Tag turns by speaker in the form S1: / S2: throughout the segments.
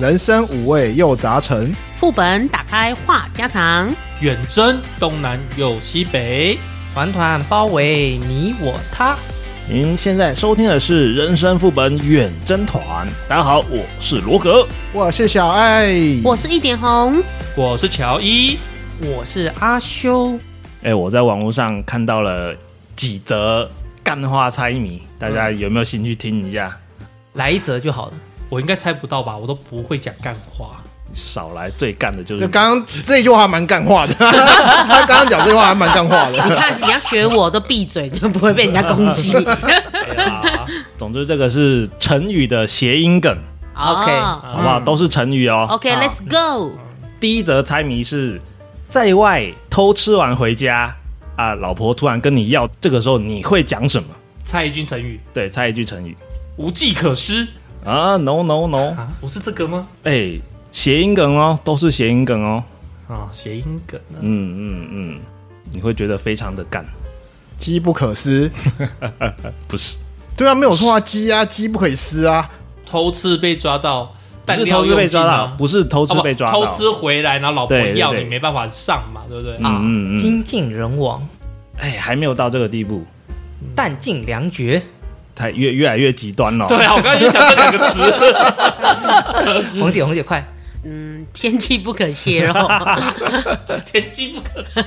S1: 人生五味又杂陈。
S2: 副本打开话家常，
S3: 远征东南有西北，
S4: 团团包围你我他。
S5: 您现在收听的是《人生副本远征团》，大家好，我是罗格。
S1: 我是小爱，
S2: 我是一点 红，
S3: 我是乔伊，
S4: 我是阿修，
S5: 哎、我在网络上看到了几则干话猜谜，大家有没有兴趣听一下？
S4: 来一则就好了。
S3: 我应该猜不到吧？我都不会讲干话。
S5: 少来最干的就
S1: 这
S5: 是
S1: 刚刚这句话蛮干话的， 他刚刚讲这句话还蛮干话
S2: 你
S1: 的。
S2: 看你要学我都闭嘴，就不会被人家攻 击。
S5: 总之，这个是成语的谐音梗，
S4: OK
S2: 哦
S5: 好不好？都是成语嗯哦。
S2: OK，Let's go。
S5: 第一则猜谜是在外偷吃完回家啊，老婆突然跟你要，这个时候你会讲什么？
S3: 猜一句成语，
S5: 对，猜一句成语
S3: 无计可施
S5: 啊，no no no，
S3: 啊？不是这个吗？
S5: 哎、谐音梗哦，都是谐音梗哦。
S3: 啊，谐音梗啊。
S5: 嗯嗯嗯，你会觉得非常的干，
S1: 机不可失，
S5: 不是？
S1: 对啊，没有错啊，机啊，机不可以失啊。
S3: 偷吃被抓到，
S5: 不
S3: 但
S5: 是偷吃被抓
S2: 啊
S5: 到，不是偷
S3: 偷
S5: 吃被
S2: 哦
S5: 抓到，
S3: 哦偷吃回来，然后老婆
S5: 对对
S3: 要
S5: 对
S3: 你，没办法上嘛，对不对？
S4: 啊
S5: 嗯嗯嗯，
S4: 精尽人亡，
S5: 哎，还没有到这个地步，
S4: 弹尽粮 绝。
S5: 太越越来越极端哦了。
S3: 对啊，我刚才就想这两个 词，
S4: 红姐，红姐，快！
S2: 嗯，天气不可泄露。
S3: 天机不可失。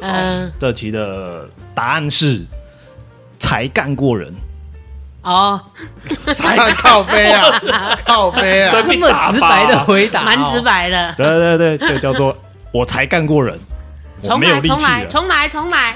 S2: 嗯，
S5: 这题的答案是才干过 人，
S2: 哦，
S1: 靠背啊，靠背啊，
S4: 这么直白的回答、哦
S2: 蛮直。白的。
S5: 对对对，这叫做我才干过人，我
S2: 重
S5: 没有
S2: 来，
S5: 力
S2: 重
S5: 气
S2: 来，
S5: 了。
S2: 重来，重来。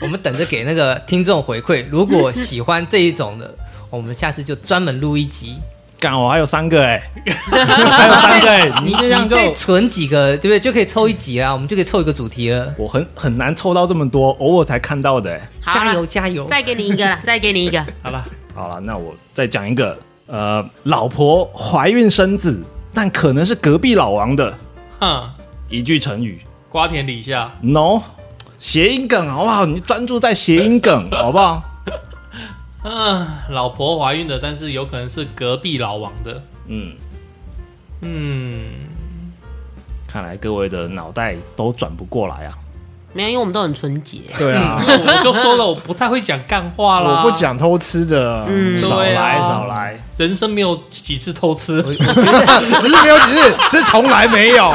S4: 我们等着给那个听众回馈，如果喜欢这一 种的，我们下次就专门录一集。啊
S5: 干，我还有三个哎， 还有三个哎，
S4: 你
S5: 你
S4: 就
S5: 你
S4: 让再
S5: 就
S4: 存几个，对不对？就可以抽一集啦，我们就可以凑一个主题了。
S5: 我很很难凑到这么多，偶尔才看到的哎。
S2: 好啊
S4: 加油，
S2: 了，
S4: 加 油！
S2: 再给你一 个啦，再给你一个。
S3: 好了，
S5: 好了，那我再讲一个，呃，老婆怀孕生子，但可能是隔壁老王的
S3: 哼，
S5: 一句成语
S3: 瓜田李下，
S5: ，no，谐音梗好不好？你专注在谐音 梗好不好？
S3: 嗯，老婆怀孕的，但是有可能是隔壁老王的。
S5: 嗯，
S3: 嗯，
S5: 看来各位的脑袋都转不过来啊。
S2: 没有，因为我们都很纯洁。
S1: 对啊，
S3: 我就说了，我不太会讲干话啦。
S1: 我不，讲偷吃的，
S2: 嗯
S5: 少
S3: 对
S5: 来
S3: 啊
S5: 少来，
S3: 人生没有几次偷吃
S4: 我。我觉得
S1: 不是没有几次，是从来没有。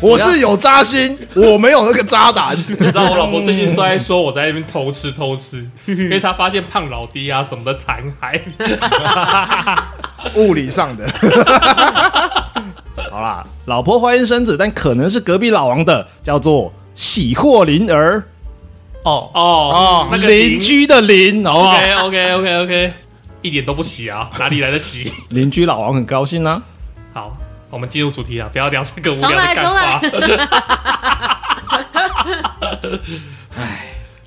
S1: 我是有扎心，我没有那个渣男。
S3: 你知道我老婆最近都在说我在那边偷吃偷吃，因为她发现胖老爹啊什么的残骸。
S1: 物理上的，
S5: 好啦，老婆怀孕生子，但可能是隔壁老王的，叫做喜获麟儿，
S4: 哦，
S3: 哦
S1: 哦，
S3: 那个
S5: 邻居的邻，好不好？
S3: OK OK OK OK，一点都不洗啊，哪里来的洗？
S5: 邻居老王很高兴啊。
S3: 好，我们进入主题啊，不要聊这个无聊的干
S2: 重
S3: 话
S2: 来。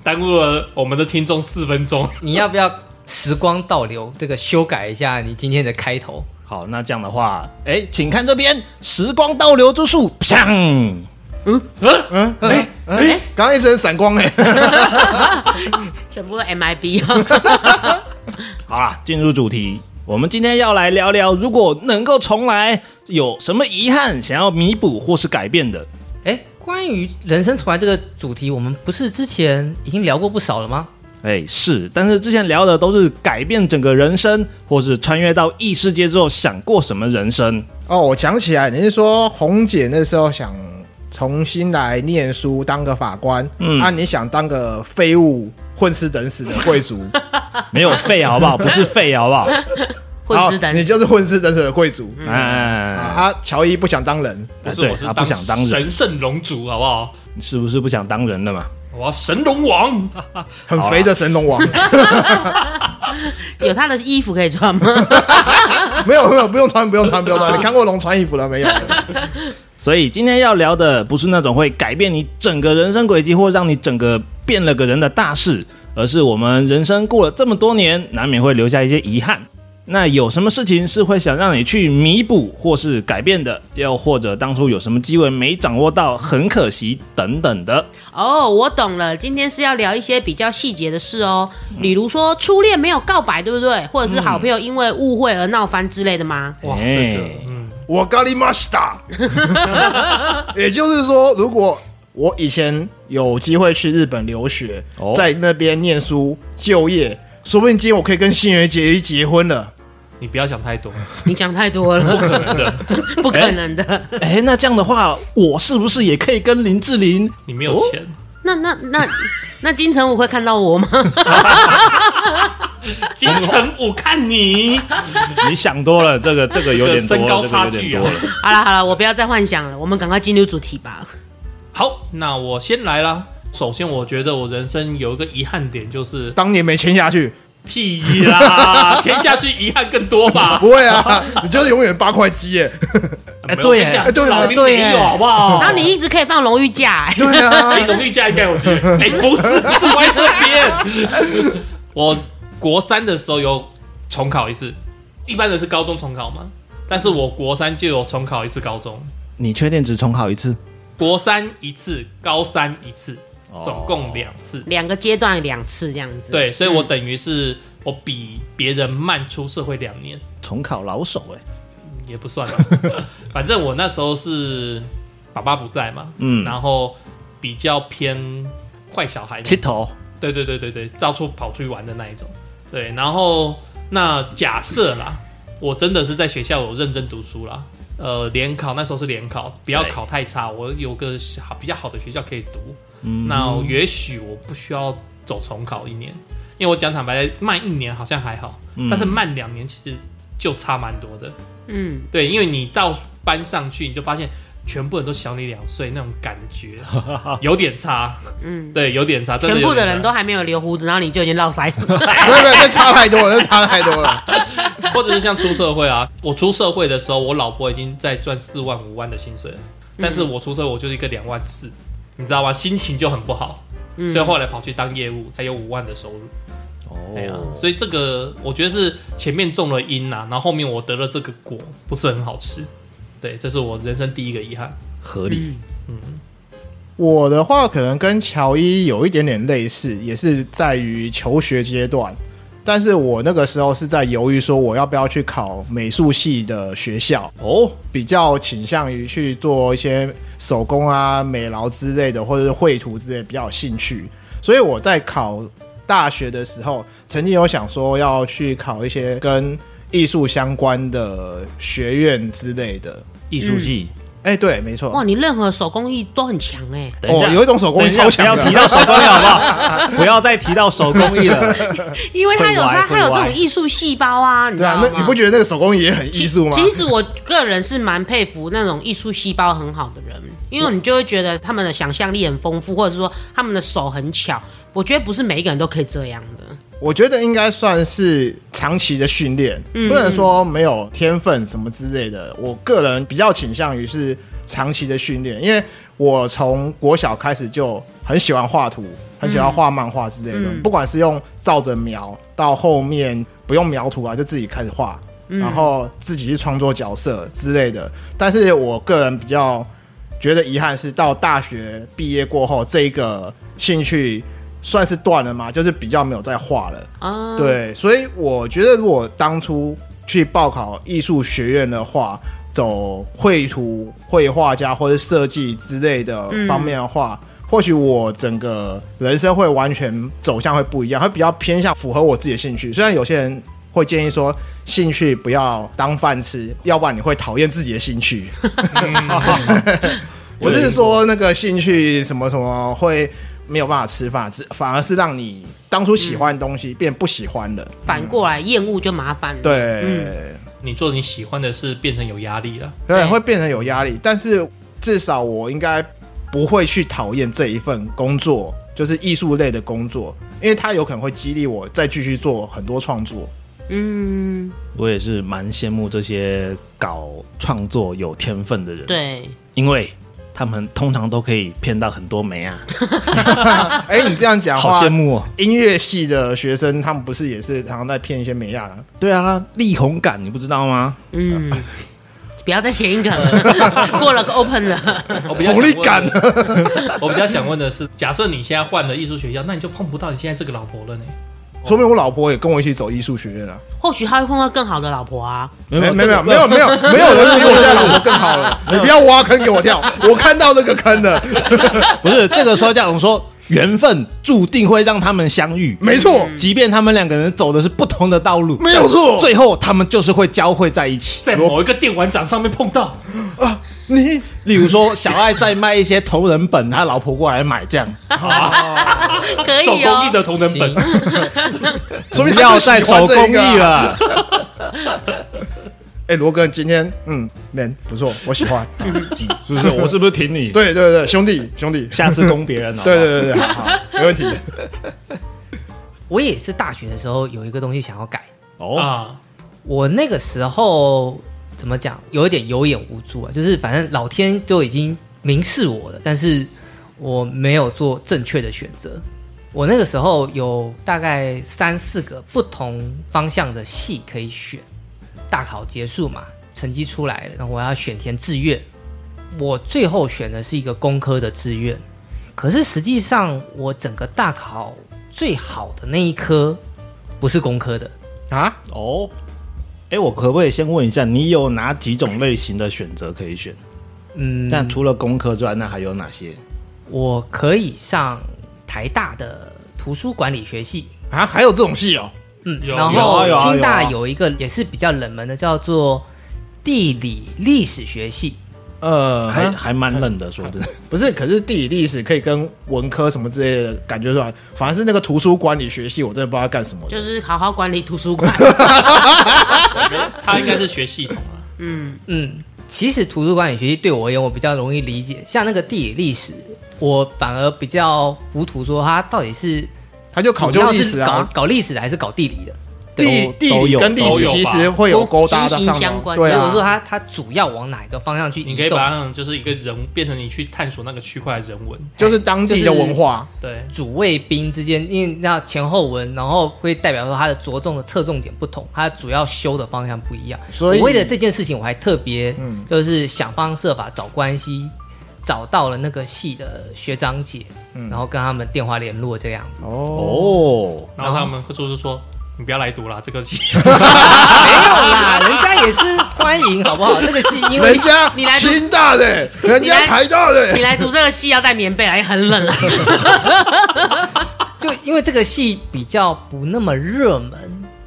S3: 耽误了我们的听众四分钟。
S5: 啊
S4: 你要不要时光倒流，这个修改一下你今天的开头？
S5: 好，那这样的话，哎，请看这边，时光倒流之术，砰！
S1: 嗯，哎、哎，刚刚一直很闪光哎、
S2: 全部都 MIB 哦。
S5: 好啦，进入主题，我们今天要来聊聊，如果能够重来，有什么遗憾想要弥补或是改变的？
S4: 哎，关于人生重来这个主题，我们不是之前已经聊过不少了吗？
S5: 哎，是，但是之前聊的都是改变整个人生，或是穿越到异世界之后想过什么人 生。
S1: 哦，我想起来，你是说红姐那时候想重新来念书当个法官，
S5: 嗯
S1: 啊，你想当个废物、混吃等死的贵族，
S5: 没有废好不好？不是废好不 好？
S2: 混吃等
S1: 哦好你
S2: 死。嗯
S1: 就是混吃等死的贵族。啊，
S5: 哎，
S1: 啊，乔伊不想当人，
S3: 不是，
S5: 对
S3: 我是
S5: 他不
S3: 当
S5: 想当人
S3: 神圣龙族，好不好？
S5: 是不是不想当人了嘛？
S3: 我要神龙王，
S5: 哎
S1: 很
S2: 啊
S1: 肥的神 龙王，
S2: 有他的衣服可以穿吗？
S1: 没有没有，不用穿，不用穿，不用穿。你看过龙穿衣服了没 有？
S5: 所以今天要聊的不是那种会改变你整个人生轨迹或让你整个变了个人的大事，而是我们人生过了这么多年，难免会留下一些遗憾。那有什么事情是会想让你去弥补或是 改变的？又或者当初有什么机会没掌握到，很可惜等等的。
S2: 哦，我懂了，今天是要聊一些比较细节的事哦，比如说初恋没有告白，对不对？或者是好朋友因为误会而闹翻之类的吗？
S3: 哇，这个嗯，
S1: 我咖喱玛西达。 也就是说，如果我以前有机会去日本留学，
S5: 哦
S1: 在那边念书、就业，说不定今天我可以跟新垣结衣结婚了。
S3: 你不要想太多，
S2: 你想太多了，不可能的， 不可能的。
S5: 哎，那这样的话，我是不是也可以跟林志玲？
S3: 你没
S5: 哦
S3: 有钱，
S2: 那那那那金城武会看到我吗？
S3: 金城武看你，
S5: 你想多了，这个这个有点多
S3: 这个身
S5: 了，
S3: 高
S5: 这个有
S3: 差
S5: 点
S3: 距啊
S5: 多了。
S2: 好了好了，我不要再幻想了，我们赶快进入主题吧。
S3: 好，那我先来啦。首先，我觉得我人生有一个遗憾点，就是
S1: 当年没签下去，
S3: 屁 啦，签下去遗憾更多吧。
S1: 不会啊，你就是永远八块肌耶。
S3: 没有
S5: 对
S3: 我跟你讲
S1: 哎对
S3: 老
S1: 啊
S3: 兵
S5: 对
S3: 没有
S5: 耶
S3: 好不好？
S2: 然后你一直可以放荣誉假、哎
S1: 对啊
S3: 哎，，荣誉价应该有机会。哎，不是，不是歪这边。我国三的时候有重考一次，一般的是高中重考嘛，但是我国三就有重考一次高中，
S5: 你确定只重考一次？
S3: 国三一次，高三一次，总共两次。
S2: 两个阶段两次这样子。
S3: 对，所以
S2: 嗯
S3: 我等于是我比别人慢出社会两年，
S5: 重考老手哎、
S3: 也不算了。反正我那时候是爸爸不在嘛，
S5: 嗯，
S3: 然后比较偏坏小孩那种
S5: 七头
S3: 对对对对对，到处跑出去玩的那一种。对，然后那假设啦，我真的是在学校有认真读书啦，呃，联考那时候是联考，不要
S5: 对
S3: 考太差，我有个好比较好的学校可以读，那也许我不需要走重考一年，因为我讲坦白，慢一年好像还好，
S5: 嗯
S3: 但是慢两年其实就差蛮多的。
S2: 嗯，
S3: 对，因为你到班上去，你就发现全部人都小你两岁，那种感觉有点差。
S2: 嗯
S3: 嗯，对，有点差，真
S2: 全
S3: 有
S2: 部的
S3: 点
S2: 人
S3: 差
S2: 都还没有留胡子，然后你就已经落腮。
S1: 没有没有，那差太多了，那差太多了。
S3: 或者是像出社会啊，我出社会的时候，我老婆已经在赚四万五万的薪水了，但是我出社会我就是一个两万四，你知道吗？心情就很不好，
S2: 嗯
S3: 所以后来跑去当业务，才有五万的收入。哎呀、
S5: 哦，
S3: 所以这个我觉得是前面种了因啊呐、然后后面我得了这个果，不是很好吃。对，这是我人生第一个遗憾。
S5: 合理。
S1: 我的话可能跟乔伊有一点点类似，也是在于求学阶段，但是我那个时候是在犹豫说我要不要去考美术系的学校哦，比较倾向于去做一些手工啊、美劳之类的，或者是绘图之类的比较有兴趣，所以我在考大学的时候，曾经有想说要去考一些跟艺术相关的学院之类的。
S5: 艺术系，
S1: 哎、对，没错。
S2: 哇，你任何手工艺都很强哎、
S5: 等一下
S1: 哦，有一种手工艺
S5: 等一下
S1: 超强
S5: 不
S1: 的
S5: 要提到手工艺好不好？ 不要再提到手工艺了。
S2: 因为他有
S5: 会歪
S2: 他他有这
S5: 会
S2: 种
S5: 歪
S2: 艺术细胞啊，你知
S1: 对
S2: 道
S1: 啊，
S2: 吗？
S1: 那你不觉得那个手工艺也很
S2: 其
S1: 艺术吗？
S2: 其实我个人是蛮佩服那种艺术细胞很好的人，因为你就会觉得他们的想象力很丰富，或者是说他们的手很巧。我觉得不是每一个人都可以这样的。
S1: 我觉得应该算是长期的训练，
S2: 嗯
S1: 不能说没有天分什么之类的。我个人比较倾向于是长期的训练，因为我从国小开始就很喜欢画图，很喜欢画漫画之类的，
S2: 嗯
S1: 不管是用照着描，到后面不用描图啊，就自己开始画，然后自己去创作角色之类的。但是我个人比较觉得遗憾是到大学毕业过后，这一个兴趣算是断了嘛，就是比较没有再画了。
S2: 啊，，
S1: 对，所以我觉得如果当初去报考艺术学院的话，走绘图、绘画家或者设计之类的
S2: 嗯
S1: 方面的话，或许我整个人生会完全走向会不一样，会比较偏向符合我自己的兴趣。虽然有些人会建议说，兴趣不要当饭吃，要不然你会讨厌自己的兴趣。 不是说那个兴趣什么什么会没有办法吃饭，只反而是让你当初喜欢的东西变不喜欢了。
S5: 嗯
S2: 反过来厌恶就麻烦了。
S1: 对、
S3: 你做你喜欢的事，变成有压力了。
S1: 对，会变成有压力。但是至少我应该不会去讨厌这一份工作，就是艺术类的工作，因为它有可能会激励我再继续做很多创 作。
S2: 嗯，
S5: 我也是蛮羡慕这些搞创作有天分的人，
S2: 对，
S5: 因为他们通常都可以骗到很多美啊，
S1: 哎、你这样讲
S5: 好
S1: 话
S5: 羡，慕哦。
S1: 音乐系的学生他们不
S5: 哦
S1: 是也是常常在骗一些美亚？
S5: 对啊，力宏感你不知道吗？
S2: 嗯，不要再谐音梗 了，过了个 open 了，
S3: 我比较
S1: 红利
S3: 想问
S1: 感
S3: 的， 我比较想问的是，假设你现在换了艺术学校，那你就碰不到你现在这个老婆了呢。
S1: 说明我老婆也跟我一起走艺术学院了。
S2: 或许他会碰到更好的老婆啊。
S1: 没没没
S5: 这个
S1: 有没有没 有没有人比我现在老婆更好了，你不要挖坑给我跳，我看到那个坑了，
S5: 不是这个时候，家长说缘分注定会让他们相遇，
S1: 没错，
S5: 即便他们两个人走的是不同的道路，
S1: 没有错
S5: 最后他们就是会交汇在一起。
S3: 在某一个电玩展上面碰到，
S1: 啊！你
S5: 例如说，小爱在卖一些同人本，他老婆过来买，这样
S2: 可
S4: 哎
S2: 以
S3: 手工艺
S2: 哦，
S3: 的同人本，
S1: 说明
S5: 不
S1: 他
S5: 要
S1: 就
S5: 再
S1: 喜
S5: 手
S1: 欢这
S5: 工
S1: 一
S5: 艺
S1: 个啊。
S5: 了。
S1: 哎，罗哥，今天嗯，man 不错，我喜 欢。
S2: 嗯
S5: 是不是？我是不是挺你？，
S1: 对对对，兄弟兄弟，
S5: 下次攻别人啊了。
S1: 对对对对，好， 好没问题。
S4: 我也是大学的时候有一个东西想要改，
S5: 哦，
S3: 啊，
S4: 我那个时候怎么讲，有一点有眼无珠啊，就是反正老天都已经明示我了，但是我没有做正确的选择。我那个时候有大概三四个不同方向的系可以选，大考结束嘛，成绩出来了，然后我要选填志愿，我最后选的是一个工科的志愿，可是实际上我整个大考最好的那一科不是工科的，
S1: 啊，
S5: 哦。哎，我可不可以先问一下，你有哪几种类型的选择可以选？
S4: 嗯，
S5: 那除了工科之外，那还有哪些？
S4: 我可以上台大的图书管理学系，
S1: 啊，还有这种戏哦？
S4: 嗯，
S3: 有
S4: 然
S3: 有
S4: 后
S3: 啊
S5: 有啊
S4: 清大
S5: 有啊
S4: 有一个也是比较冷门的，叫做地理历史学系。
S1: 呃，
S5: 还还蛮冷的，说真的。
S1: 不是，可是地理历史可以跟文科什么之类的感觉出来，反而是那个图书管理学系，我真的不知道干什么的。
S2: 就是好好管理图书馆。
S3: 他应该是学系统啊。
S2: 嗯，
S4: 嗯，其实图书管理学系对我而言，我比较容易理解。像那个地理历史，我反而比较糊涂，说它到底是
S1: 他就考
S4: 主
S1: 究
S4: 要
S1: 历
S4: 是
S1: 史
S4: 搞
S1: 啊，
S4: 搞历史的还是搞地理的？
S1: 地
S5: 都
S1: 地
S5: 都
S1: 理
S5: 有
S1: 跟历
S3: 都
S1: 史
S3: 有
S1: 其
S3: 吧
S1: 实会有勾搭
S2: 都
S1: 的
S2: 息息
S1: 上的
S2: 相关
S1: 对
S4: 所以我说
S1: 啊，
S4: 它它主要往哪个方向去移动？
S3: 你可以把它当成就是一个人物变成你去探索那个区块的人文，
S1: 就是当地的文化。
S3: 对，
S4: 主谓宾之间，因为那前后文，然后会代表说它的着重的侧重点不同，它主要修的方向不一样。
S1: 所以
S4: 我为了这件事情，我还特别
S1: 嗯
S4: 就是想方设法找关系，找到了那个系的学长姐，然后跟他们电话联络这样子。
S1: 嗯哦，
S5: 哦，
S3: 然后他们会就是说。你不要来读啦，这个 系
S4: 没有啦，人家也是欢迎，好不好？这个系因为
S1: 人家
S2: 你来
S1: 清大的、人
S2: 你
S1: 家
S2: 来
S1: 台大的、
S2: 你来读这个戏要带棉被来，也很冷了。
S4: 就因为这个系比较不那么热门，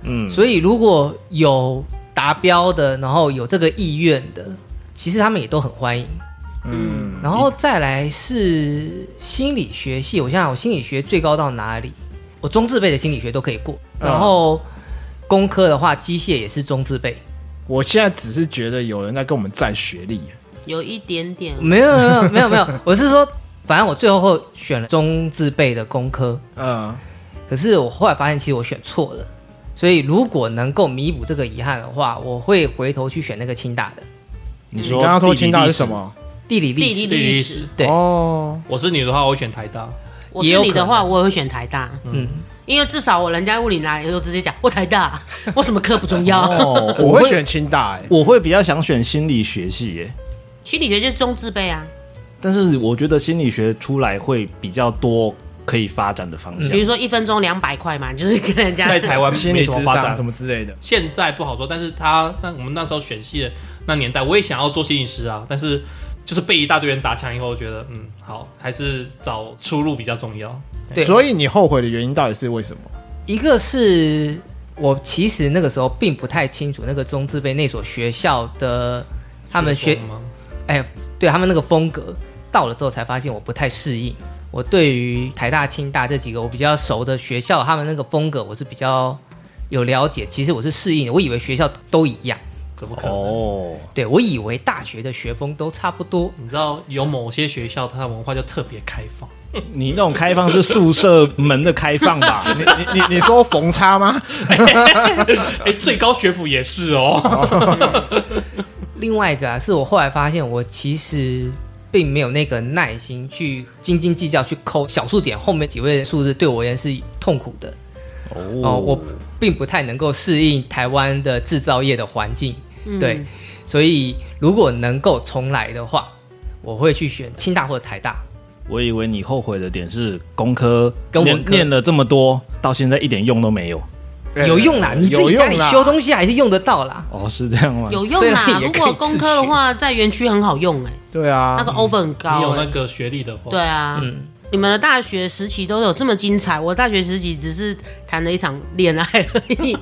S5: 嗯，
S4: 所以如果有达标的，然后有这个意愿的，其实他们也都很欢迎。
S1: 嗯，
S4: 然后再来是心理学系，我想想，我心理学最高到哪里？我中字辈的心理学都可以过，
S1: 嗯
S4: 然后工科的话，机械也是中字辈，
S1: 我现在只是觉得有人在跟我们占学历，
S2: 有一点点，
S4: 没有没有没有没有，我是说，反正我最后选了中字辈的工科，
S1: 嗯，
S4: 可是我后来发现其实我选错了，所以如果能够弥补这个遗憾的话，我会回头去选那个清大的
S5: 你
S1: 你
S5: 说
S1: 刚刚说
S5: 地理
S1: 清大
S5: 历
S1: 是
S5: 史
S1: 什？么？
S4: 地理历
S2: 地理
S4: 史。
S3: 地理
S2: 历
S3: 历
S2: 史
S3: 史。
S4: 对
S1: 哦，
S3: 我是你的话，我会选台 大。
S2: 我
S4: 也
S2: 是
S4: 有
S2: 你
S4: 可
S2: 的
S4: 能
S2: 话，我也会选台大，
S4: 嗯，
S2: 因为至少我人家物理拿，我就直接讲我台 大，我什么科不重要。
S5: 哦，
S1: 我会选清大、哎，
S5: 我会比较想选心理学系耶，
S2: 心理学就是中字辈啊，
S5: 但是我觉得心理学出来会比较多可以发展的方向
S4: 嗯
S1: 嗯
S2: 比。如说一分钟两百块嘛，就是跟人家
S3: 在台湾
S1: 心
S3: 没
S1: 理
S3: 什么
S1: 智
S3: 发
S1: 商
S3: 展
S1: 什，么之类的。
S3: 现在不好说，但是他那我们那时候选系的那年代，我也想要做心理师啊，但是就是被一大堆人打枪以后，我觉得嗯，好，还是找出路比较重要。
S4: 对
S1: 所以你后悔的原因到底是为什么？
S4: 一个是我其实那个时候并不太清楚那个中字辈那所学校的他们学
S3: 学风吗
S4: 哎，对他们那个风格，到了之后才发现我不太适应。我对于台大、清大这几个我比较熟的学校，他们那个风格我是比较有了解。其实我是适应的，我以为学校都一样，
S3: 怎么可能？
S5: 哦，
S4: 对我以为大学的学风都差不多。
S3: 你知道有某些学校，它的文化就特别开放，
S5: 你那种开放是宿舍门的开放吧？
S1: 你你你你说逢差吗？
S3: 哎、最高学府也是哦。
S4: 另外一个啊，是我后来发现我其实。并没有那个耐心去斤斤计较，去抠小数点后面几位数字，对我而言是痛苦的。哦
S5: 哦
S2: 嗯
S4: 哦，我并不太能够适应台湾的制造业的环境。对，所以如果能够重来的话，我会去选清大或者台大。
S5: 我以为你后悔的点是工科
S4: 跟文
S5: 念
S4: 科
S5: 念了这么多，到现在一点用都没有。
S4: 有用啦，你自
S1: 有
S4: 己家
S1: 用
S4: 里
S1: 啦
S4: 修东西还是用得到啦。
S5: 哦，是这样吗？
S2: 有用
S4: 虽然
S2: 啦。
S4: 也
S2: 如
S4: 可以
S2: 果工科的话，在园区很好用哎、
S1: 对啊，
S2: 那个 offer 很
S3: 你有
S2: 高、
S3: 那
S2: 欸。
S3: 个学历的话，
S2: 对啊，
S4: 嗯，
S2: 你们的大学时期都有这么精彩，我大学时期只是谈了一场恋爱而 已。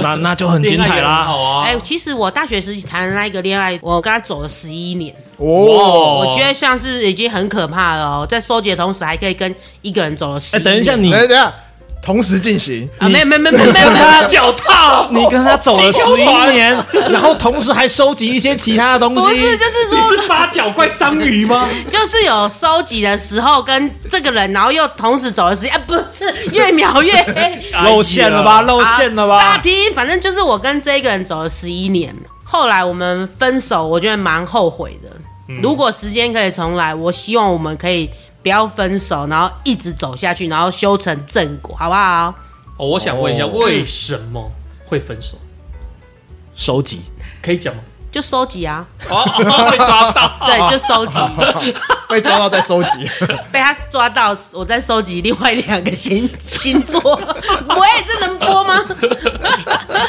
S5: 那那就很精彩
S3: 恋爱也很
S5: 啦。
S3: 好啊，
S2: 哎、其实我大学时期谈的那一个恋爱，我跟他走了十一年，
S1: 哦，
S2: 我觉得像是已经很可怕了哦。在收集的同时，还可以跟一个人走了十
S5: 哎，
S2: 一年。
S5: 等一下，你
S1: 等一下等一下，同时进 行，
S2: 啊，
S5: 你
S2: 没有没有没有没有没有没有，
S3: 脚踏，
S5: 你跟他走了
S3: 西
S5: 十
S3: 游
S5: 一
S3: 船
S5: 年，然后同时还收集一些其他的东
S2: 不
S5: 西
S2: 是，，就是
S3: 你
S2: 说，
S3: 是八脚怪章鱼吗？
S2: 就是有收集的时候跟这个人，然后又同时走的时间，啊，不是越描越黑。
S5: 露馅了吧？露馅了
S2: 啊、
S5: 吧
S2: 煞？拼，反正就是我跟这一个人走了十一年，后来我们分手，我觉得蛮后悔的。如果时间可以重来，我希望我们可以不要分手，然后一直走下去，然后修成正果，好不好？
S3: 哦，我想问一下，
S5: 哦
S3: 为什么会分手？
S5: 收集，
S3: 可以讲吗？
S2: 就收集啊，
S3: 哦，哦被抓到，
S2: 对，就收集，
S1: 被抓到再收集，
S2: 被他抓到，我在收集另外两个星星 座。喂，这能播吗？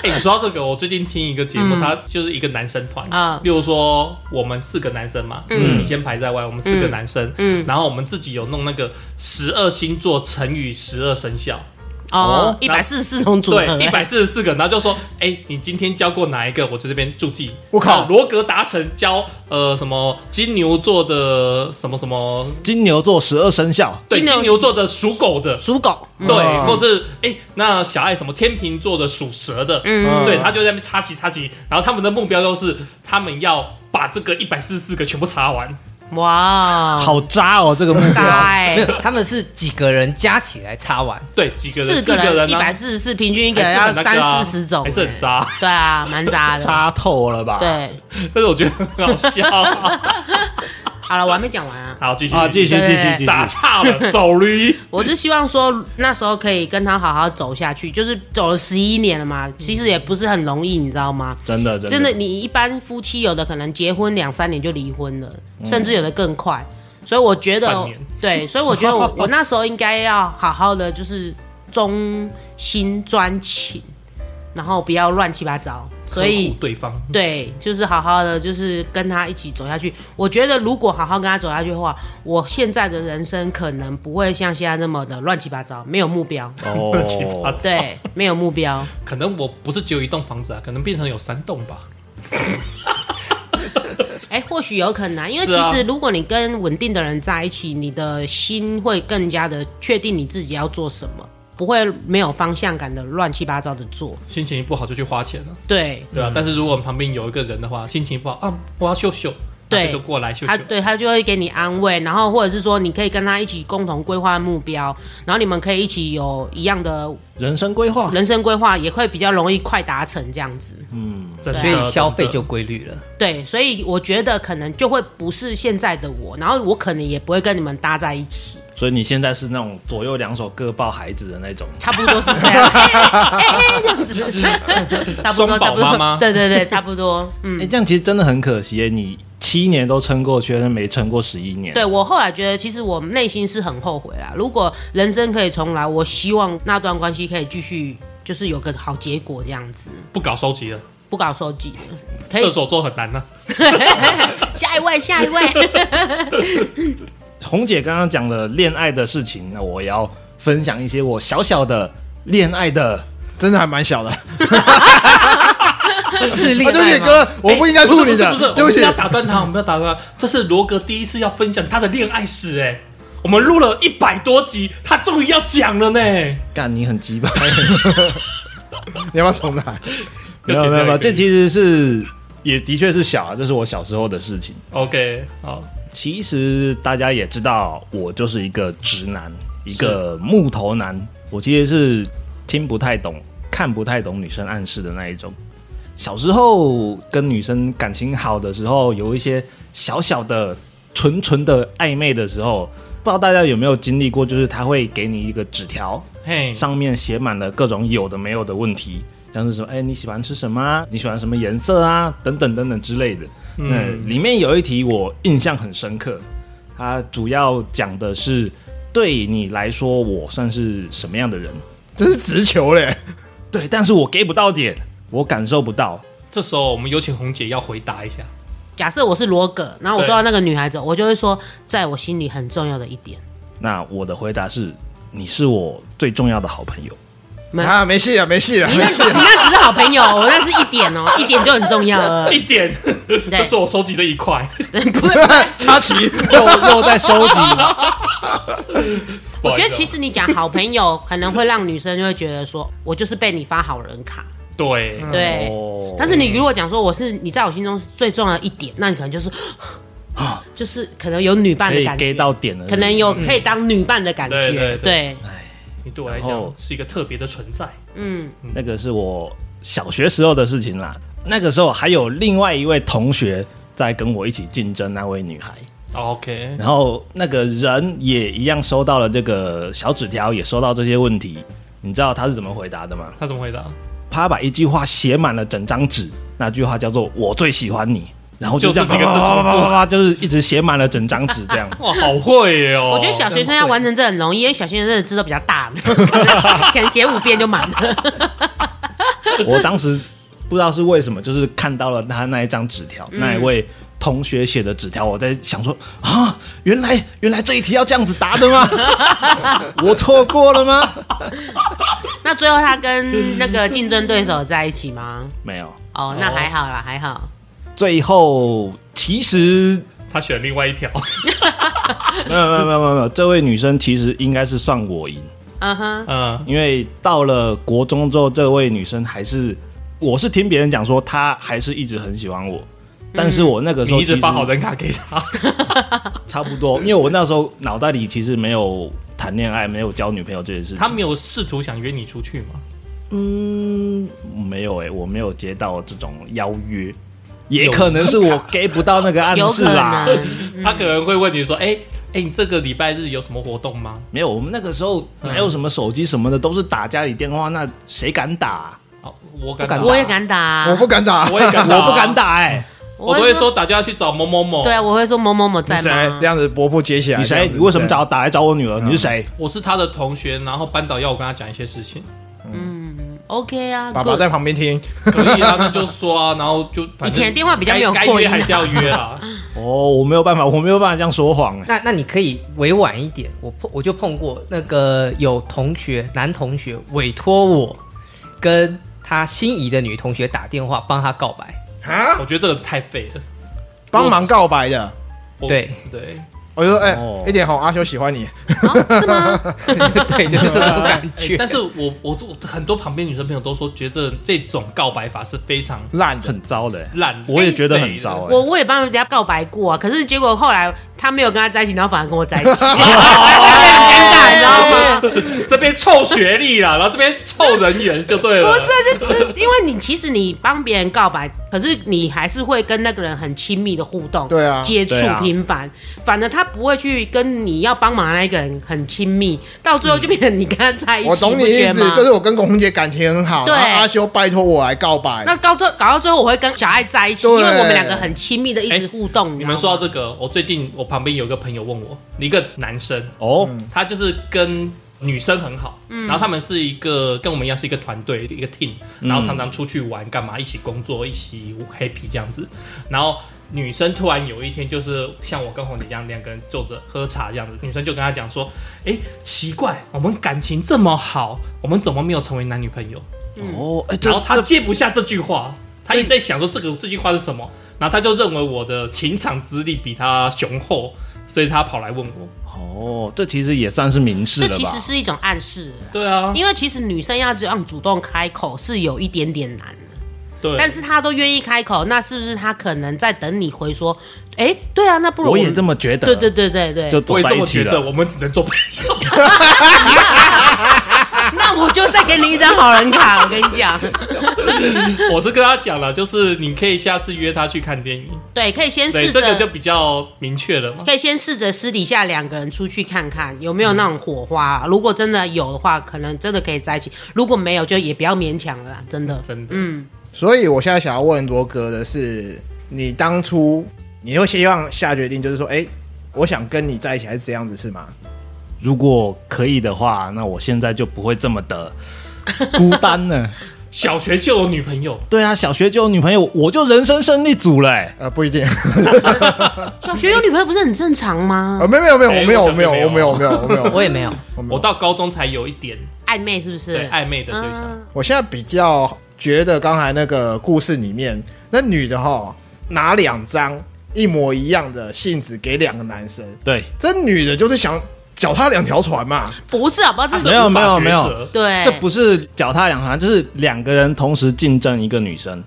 S3: 哎，你说到这个，我最近听一个节
S2: 嗯
S3: 目，它就是一个男生团
S2: 啊
S3: 例如说我们四个男生嘛，
S2: 嗯
S3: 你先排在外，我们四个男生，
S2: 嗯，
S3: 然后我们自己有弄那个十二星座乘以十二生肖，
S2: 哦
S3: 哦，
S2: 一百四十四种组合、哎
S3: 对，一百四十四个，然后就说，哎、你今天教过哪一个？我在这边注记。
S1: 我靠
S3: 然后罗格达成教呃什么金牛座的什么什么，
S5: 金牛座十二生肖，
S3: 对，
S2: 金牛
S3: 金牛座的属狗的，
S2: 属狗，嗯
S3: 对，
S1: 嗯
S3: 或者是哎、那小爱什么天秤座的属蛇的，
S2: 嗯，
S3: 对，他就在那边插旗插旗，然后他们的目标都是他们要把这个一百四十四个全部插完。
S2: 哇，
S5: 好渣哦，这个目
S2: 渣
S5: 标。
S2: 哎、
S4: 没有，他们是几个人加起来插完，
S3: 对，几个人？啊
S2: 四
S3: 四
S2: 人一
S3: 呢
S2: 百？四十四，平均一
S3: 一
S2: 个人要三四十种、
S3: 啊还是很渣，
S2: 哎。对啊，蛮渣的。
S5: 差透了吧？
S2: 对，
S3: 但是我觉得很好笑。啊
S2: 好了，我还没讲完啊。
S3: 好，继续
S5: 啊，继续继
S2: 对
S5: 续继续
S3: 打岔了，sorry。
S2: 我就希望说那时候可以跟他好好走下去，就是走了十一年了嘛，其实也不是很容易，你知道吗？
S5: 真的
S2: 真
S5: 真
S2: 的，
S5: 的，
S2: 你一般夫妻有的可能结婚两三年就离婚了，甚至有的更快。所以我觉
S3: 半
S2: 得
S3: 年，
S2: 对，所以我觉 得我我那时候应该要好好的，就是忠心专情，然后不要乱七八糟。所以
S3: 呵护对方
S2: 对，就是好好的，就是跟他一起走下去。我觉得如果好好跟他走下去的话，我现在的人生可能不会像现在那么的乱七八糟，没有目标。
S3: 奇葩
S5: 哦，
S2: 对，没有目标。
S3: 可能我不是只有一栋房子啊，可能变成有三栋吧。
S2: 哎、或许有可能、啊，因为
S3: 是
S2: 其
S3: 啊
S2: 实如果你跟稳定的人在一起，你的心会更加的确定你自己要做什么，不会没有方向感的乱七八糟的做。
S3: 心情一不好就去花钱了，
S2: 对，
S3: 对吧、但是如果旁边有一个人的话，心情不好啊，我要秀秀，
S2: 对
S3: 那就过来秀
S2: 他
S3: 秀。
S2: 对他就会给你安慰，然后或者是说你可以跟他一起共同规划目标，然后你们可以一起有一样的
S5: 人生规划，
S2: 人生规划，也会比较容易快达成这样子。
S3: 真的
S4: 所以消费
S3: 真的
S4: 就规律了。
S2: 对，所以我觉得可能就会不是现在的我，然后我可能也不会跟你们搭在一起。
S5: 所以你现在是那种左右两手各抱孩子的那种。
S2: 差不多是这 样，哎哎哎这样子，差不多，
S3: 双
S2: 差
S3: 嗯宝
S2: 不多，
S3: 妈妈
S2: 对对对，差不多，嗯
S5: 哎、，这样其实真的很可惜耶！你七年都撑过去，但是没撑过十一年。
S2: 对我后来觉得，其实我内心是很后悔啦。如果人生可以重来，我希望那段关系可以继续，就是有个好结果这样子，
S3: 不搞收集了，
S2: 不搞收集了，可
S3: 射
S2: 以
S3: 手座很难啊呢、
S2: 下一位，下一 位，
S5: 红姐刚刚讲了恋爱的事情，那我也要分享一些我小小的恋爱的。
S1: 真的还蛮 小的。啊，对不起
S4: 是恋爱吗？
S1: 哥，我不应该处理的
S3: 哎不
S1: 对
S3: 是，不是，我们
S1: 起
S3: 不。要打断他，我们不要打断他。这是罗格第一次要分享他的恋爱史、哎，我们录了一百多集，他终于要讲了呢。
S5: 干，你很鸡巴。
S1: 你要不要重来？
S5: 没
S3: 要
S5: 有
S3: 剪
S5: 没
S3: 掉
S5: 有没有，
S3: 一
S5: 这
S3: 点
S5: 其实是也的确是小啊，这是我小时候的事情。
S3: OK，好，
S5: 其实大家也知道，我就是一个直男，一个木头男。我其实是听不太懂、看不太懂女生暗示的那一种。小时候跟女生感情好的时候，有一些小小的、纯纯的暧昧的时候，不知道大家有没有经历过？就是他会给你一个纸条，
S3: 嘿，
S5: 上面写满了各种有的没有的问题，像是说，哎，你喜欢吃什么啊？你喜欢什么颜色啊？等等等等之类的。嗯，
S3: 嗯，
S5: 里面有一题我印象很深刻，它主要讲的是对你来说我算是什么样的人？
S1: 这是直球嘞，
S5: 对，但是我给不到点，我感受不到。
S3: 这时候我们有请红姐要回答一下。
S2: 假设我是罗格，然后我
S3: 对
S2: 说到那个女孩子，我就会说，在我心里很重要的一点。
S5: 那我的回答是，你是我最重要的好朋 友。
S2: 没
S1: 啊，没戏了，没戏了，
S2: 你
S1: 没
S2: 那，
S1: 戏
S2: 你
S1: 了。
S2: 那只是好朋友，我那是一点哦， 一点就很重要了。
S3: 一点， 这
S2: 对
S3: 是我收集的一块。
S2: 对，不是，
S1: 插旗，
S5: 又又在收集，
S2: 我
S3: 不好意思
S2: 觉得
S3: 啊
S2: 其实你讲好朋友，可能会让女生就会觉得说，我就是被你发好人卡，
S3: 对，
S2: 对。
S5: 哦
S2: 但是你如果讲说我是你在我心中最重要的一点，那你可能就是， 就是可能有女伴
S5: 可
S2: 的
S5: 以
S2: 感觉，
S5: get 到点了，
S2: 可能有可以当女伴的感
S3: 嗯对对
S2: 觉，
S3: 对
S2: 对，
S3: 你对我来
S5: 然后
S3: 讲是一个特别的存在。
S2: 嗯，
S5: 那个是我小学时候的事情啦。那个时候还有另外一位同学在跟我一起竞争那位女孩，
S3: OK，
S5: 然后那个人也一样收到了这个小纸条，也收到这些问题。你知道他是怎么回答的吗？
S3: 他怎么回答？
S5: 他把一句话写满了整张纸，那句话叫做“我最喜欢你”，然后
S3: 就
S5: 这样
S3: 这几个字重复
S5: 啪啪啪啪就是一直写满了整张纸这样。
S3: 哇，好会哦！
S2: 我觉得小学生要完成这很容易，因为小学生的字都比较大， 可能写五遍就满了。
S5: 我当时不知道是为什么，就是看到了他那一张纸条，
S3: 嗯
S5: 那一位同学写的纸条，我在想说啊，原来原来这一题要这样子答的吗？ 我错过了吗？
S2: 那最后他跟那个竞争对手在一起吗？
S5: 没有，
S2: 哦，那还好啦，还好。
S5: 最后其实
S3: 他选另外一条，
S5: 没有没有没有没有没有，这位女生其实应该是算我赢，
S2: 嗯哼，
S3: 嗯，
S5: 因为到了国中之后，这位女生还是我是听别人讲说她还是一直很喜欢我。但是我那个时候
S3: 嗯你一直
S5: 其实
S3: 发好人卡给他，
S5: 差不多，因为我那时候脑袋里其实没有谈恋爱，没有交女朋友这件事情。
S3: 他没有试图想约你出去吗？
S5: 嗯，没有哎、我没有接到这种邀约，也可能是我 get 不到那个暗
S2: 有
S5: 示
S2: 可
S5: 啦。
S2: 能。啊
S3: 他可能会问你说：“哎、哎、你这个礼拜日有什么活动吗
S5: 没有，我们那个时候
S2: 嗯
S5: 哪有什么手机什么的，都是打家里电话，那谁敢 打啊、？”
S3: 好，哦我敢打，
S5: 不敢打
S2: 我也敢
S4: 啊
S2: 打，
S1: 我不敢打，
S3: 我也敢打，
S5: 我不敢，打 哎、
S3: 我都会说打电话去找某某某。
S2: 对，啊我会说某某某
S1: 你
S2: 在
S1: 谁
S2: 吗
S1: 这？样子伯父接起来？
S5: 你
S1: 这
S5: 谁
S1: 样？子
S5: 你为什么？找打来找我女儿？
S2: 嗯
S5: 你是谁？
S3: 我是他的同学，然后班导要我跟他讲一些事情，
S2: 嗯，OK 啊，
S1: 爸爸
S2: good
S1: 在旁边听，
S3: 可以啊，那就说啊，然后就反正
S2: 以前电话比较没有
S3: 该
S2: 扩
S3: 该约
S2: 音啊
S3: 还是要约啊，
S5: 哦，我没有办法，我没有办法这样说谎哎、
S4: 那那你可以委婉一点，我碰我就碰过那个有同学男同学委托我跟他心仪的女同学打电话帮他告白，
S1: 啊，
S3: 我觉得这个太废了。
S1: 帮忙告白的。
S3: 我
S4: 对
S3: 对，
S1: 我就说，哎
S5: 哦，
S1: 一点红，阿修喜欢你，
S2: 哦是吗？
S4: 对，就是这种感
S3: 哎
S4: 觉。
S3: 但是我我我很多旁边女生朋友都说，觉得这种告白法是非常
S1: 烂的。
S5: 很糟的、欸，
S3: 烂的，
S5: 我也觉得很糟哎、
S2: 我我也帮人家告白过啊，可是结果后来他没有跟他在一起，然后反而跟我在一起，很尴尬，你知道吗？
S3: 这边凑学历啦，然后这边凑人缘就对了。
S2: 不是，啊就是因为你其实你帮别人告白，可是你还是会跟那个人很亲密的互动，
S1: 对啊
S2: 接触
S5: 对啊
S2: 频繁，反而他不会去跟你要帮忙的那个人很亲密，到最后就变成你跟他在一起，
S1: 我懂你
S2: 不觉
S1: 意
S2: 得
S1: 思，
S2: 吗
S1: 就是我跟龚姐感情很好，
S2: 对
S1: 然后阿修拜托我来告白。
S2: 那到最搞到最后，我会跟小爱在一起，因
S1: 对
S2: 为我们两个很亲密的一直互动。
S3: 你们说到
S2: 这，
S3: 这个，我最近我旁边有个朋友问我，一个男生，
S5: 哦，
S3: 他就是跟女生很好，
S2: 嗯
S3: 然后他们是一个跟我们一样是一个团队一个 team，然后常常出去玩干嘛，一起工作，一起 happy 这样子。然后女生突然有一天就是像我跟红姐这样两个人坐着喝茶这样子，女生就跟他讲说：“哎，奇怪，我们感情这么好，我们怎么没有成为男女朋友？”
S2: 嗯
S5: 哦，哎、这
S3: 然后他
S5: 这
S3: 接不下这句话，他一直在想说这个这句话是什么，然后他就认为我的情场资历比他雄厚，所以他跑来问我。
S5: 哦，这其实也算是明示
S2: 这
S5: 了吧？
S2: 其实是一种暗示，
S3: 对啊，
S2: 因为其实女生要这样主动开口是有一点点难的，
S3: 对，
S2: 但是她都愿意开口，那是不是她可能在等你回说？哎，对啊，那不如
S5: 我也
S2: 们
S5: 这么觉得，
S2: 对对对对对，
S5: 就
S3: 我
S5: 走
S3: 也
S5: 在
S3: 这
S5: 一
S3: 么
S5: 起
S3: 觉得，
S5: 了。
S3: 我们只能做朋友。
S2: 那那我就再给你一张好人卡，我跟你 讲，
S3: 我是跟他讲了，就是你可以下次约他去看电影，
S2: 对，可以先
S3: 对，
S2: 试
S3: 这个
S2: 着
S3: 就比较明确了嘛。
S2: 可以先试着私底下两个人出去看看有没有那种火花、啊。如果真的有的话，可能真的可以在一起；如果没有，就也不要勉强了啦，真的。
S3: 真的，
S2: 嗯，
S1: 所以我现在想要问罗格的是，你当初你会希望下决定，就是说，哎、我想跟你在一起，还是这样子是吗？
S5: 如果可以的话，那我现在就不会这么的 孤单了。
S3: 小学就有女朋友，
S5: 对啊，小学就有女朋友，我就人生胜利组了、欸。
S1: 呃，不一定，
S2: 小学有女朋友不是很正常吗
S1: 呃，？没有没有没有，
S3: 哎
S1: 我没有
S3: 我
S1: 我
S3: 想
S1: 没有
S3: 也
S1: 我
S3: 没
S1: 没有
S3: 有
S1: 我没有我没有，
S4: 我也没有，
S1: 我没
S3: 我
S1: 有。
S3: 到高中才有一点
S2: 暧昧是不是？
S3: 对暧昧的对象。
S2: 嗯，
S1: 我现在比较觉得刚才那个故事里面，那女的哈拿两张一模一样的信纸给两个男生，
S5: 对，
S1: 这女的就是想脚踏两条船嘛。
S2: 不是，好不好？这
S3: 他
S2: 是
S3: 是
S5: 没有
S3: 无法
S5: 没有
S3: 抉
S5: 没有
S3: 择
S2: 对，
S5: 这不是脚踏两船，就是两个人同时竞争一个女生。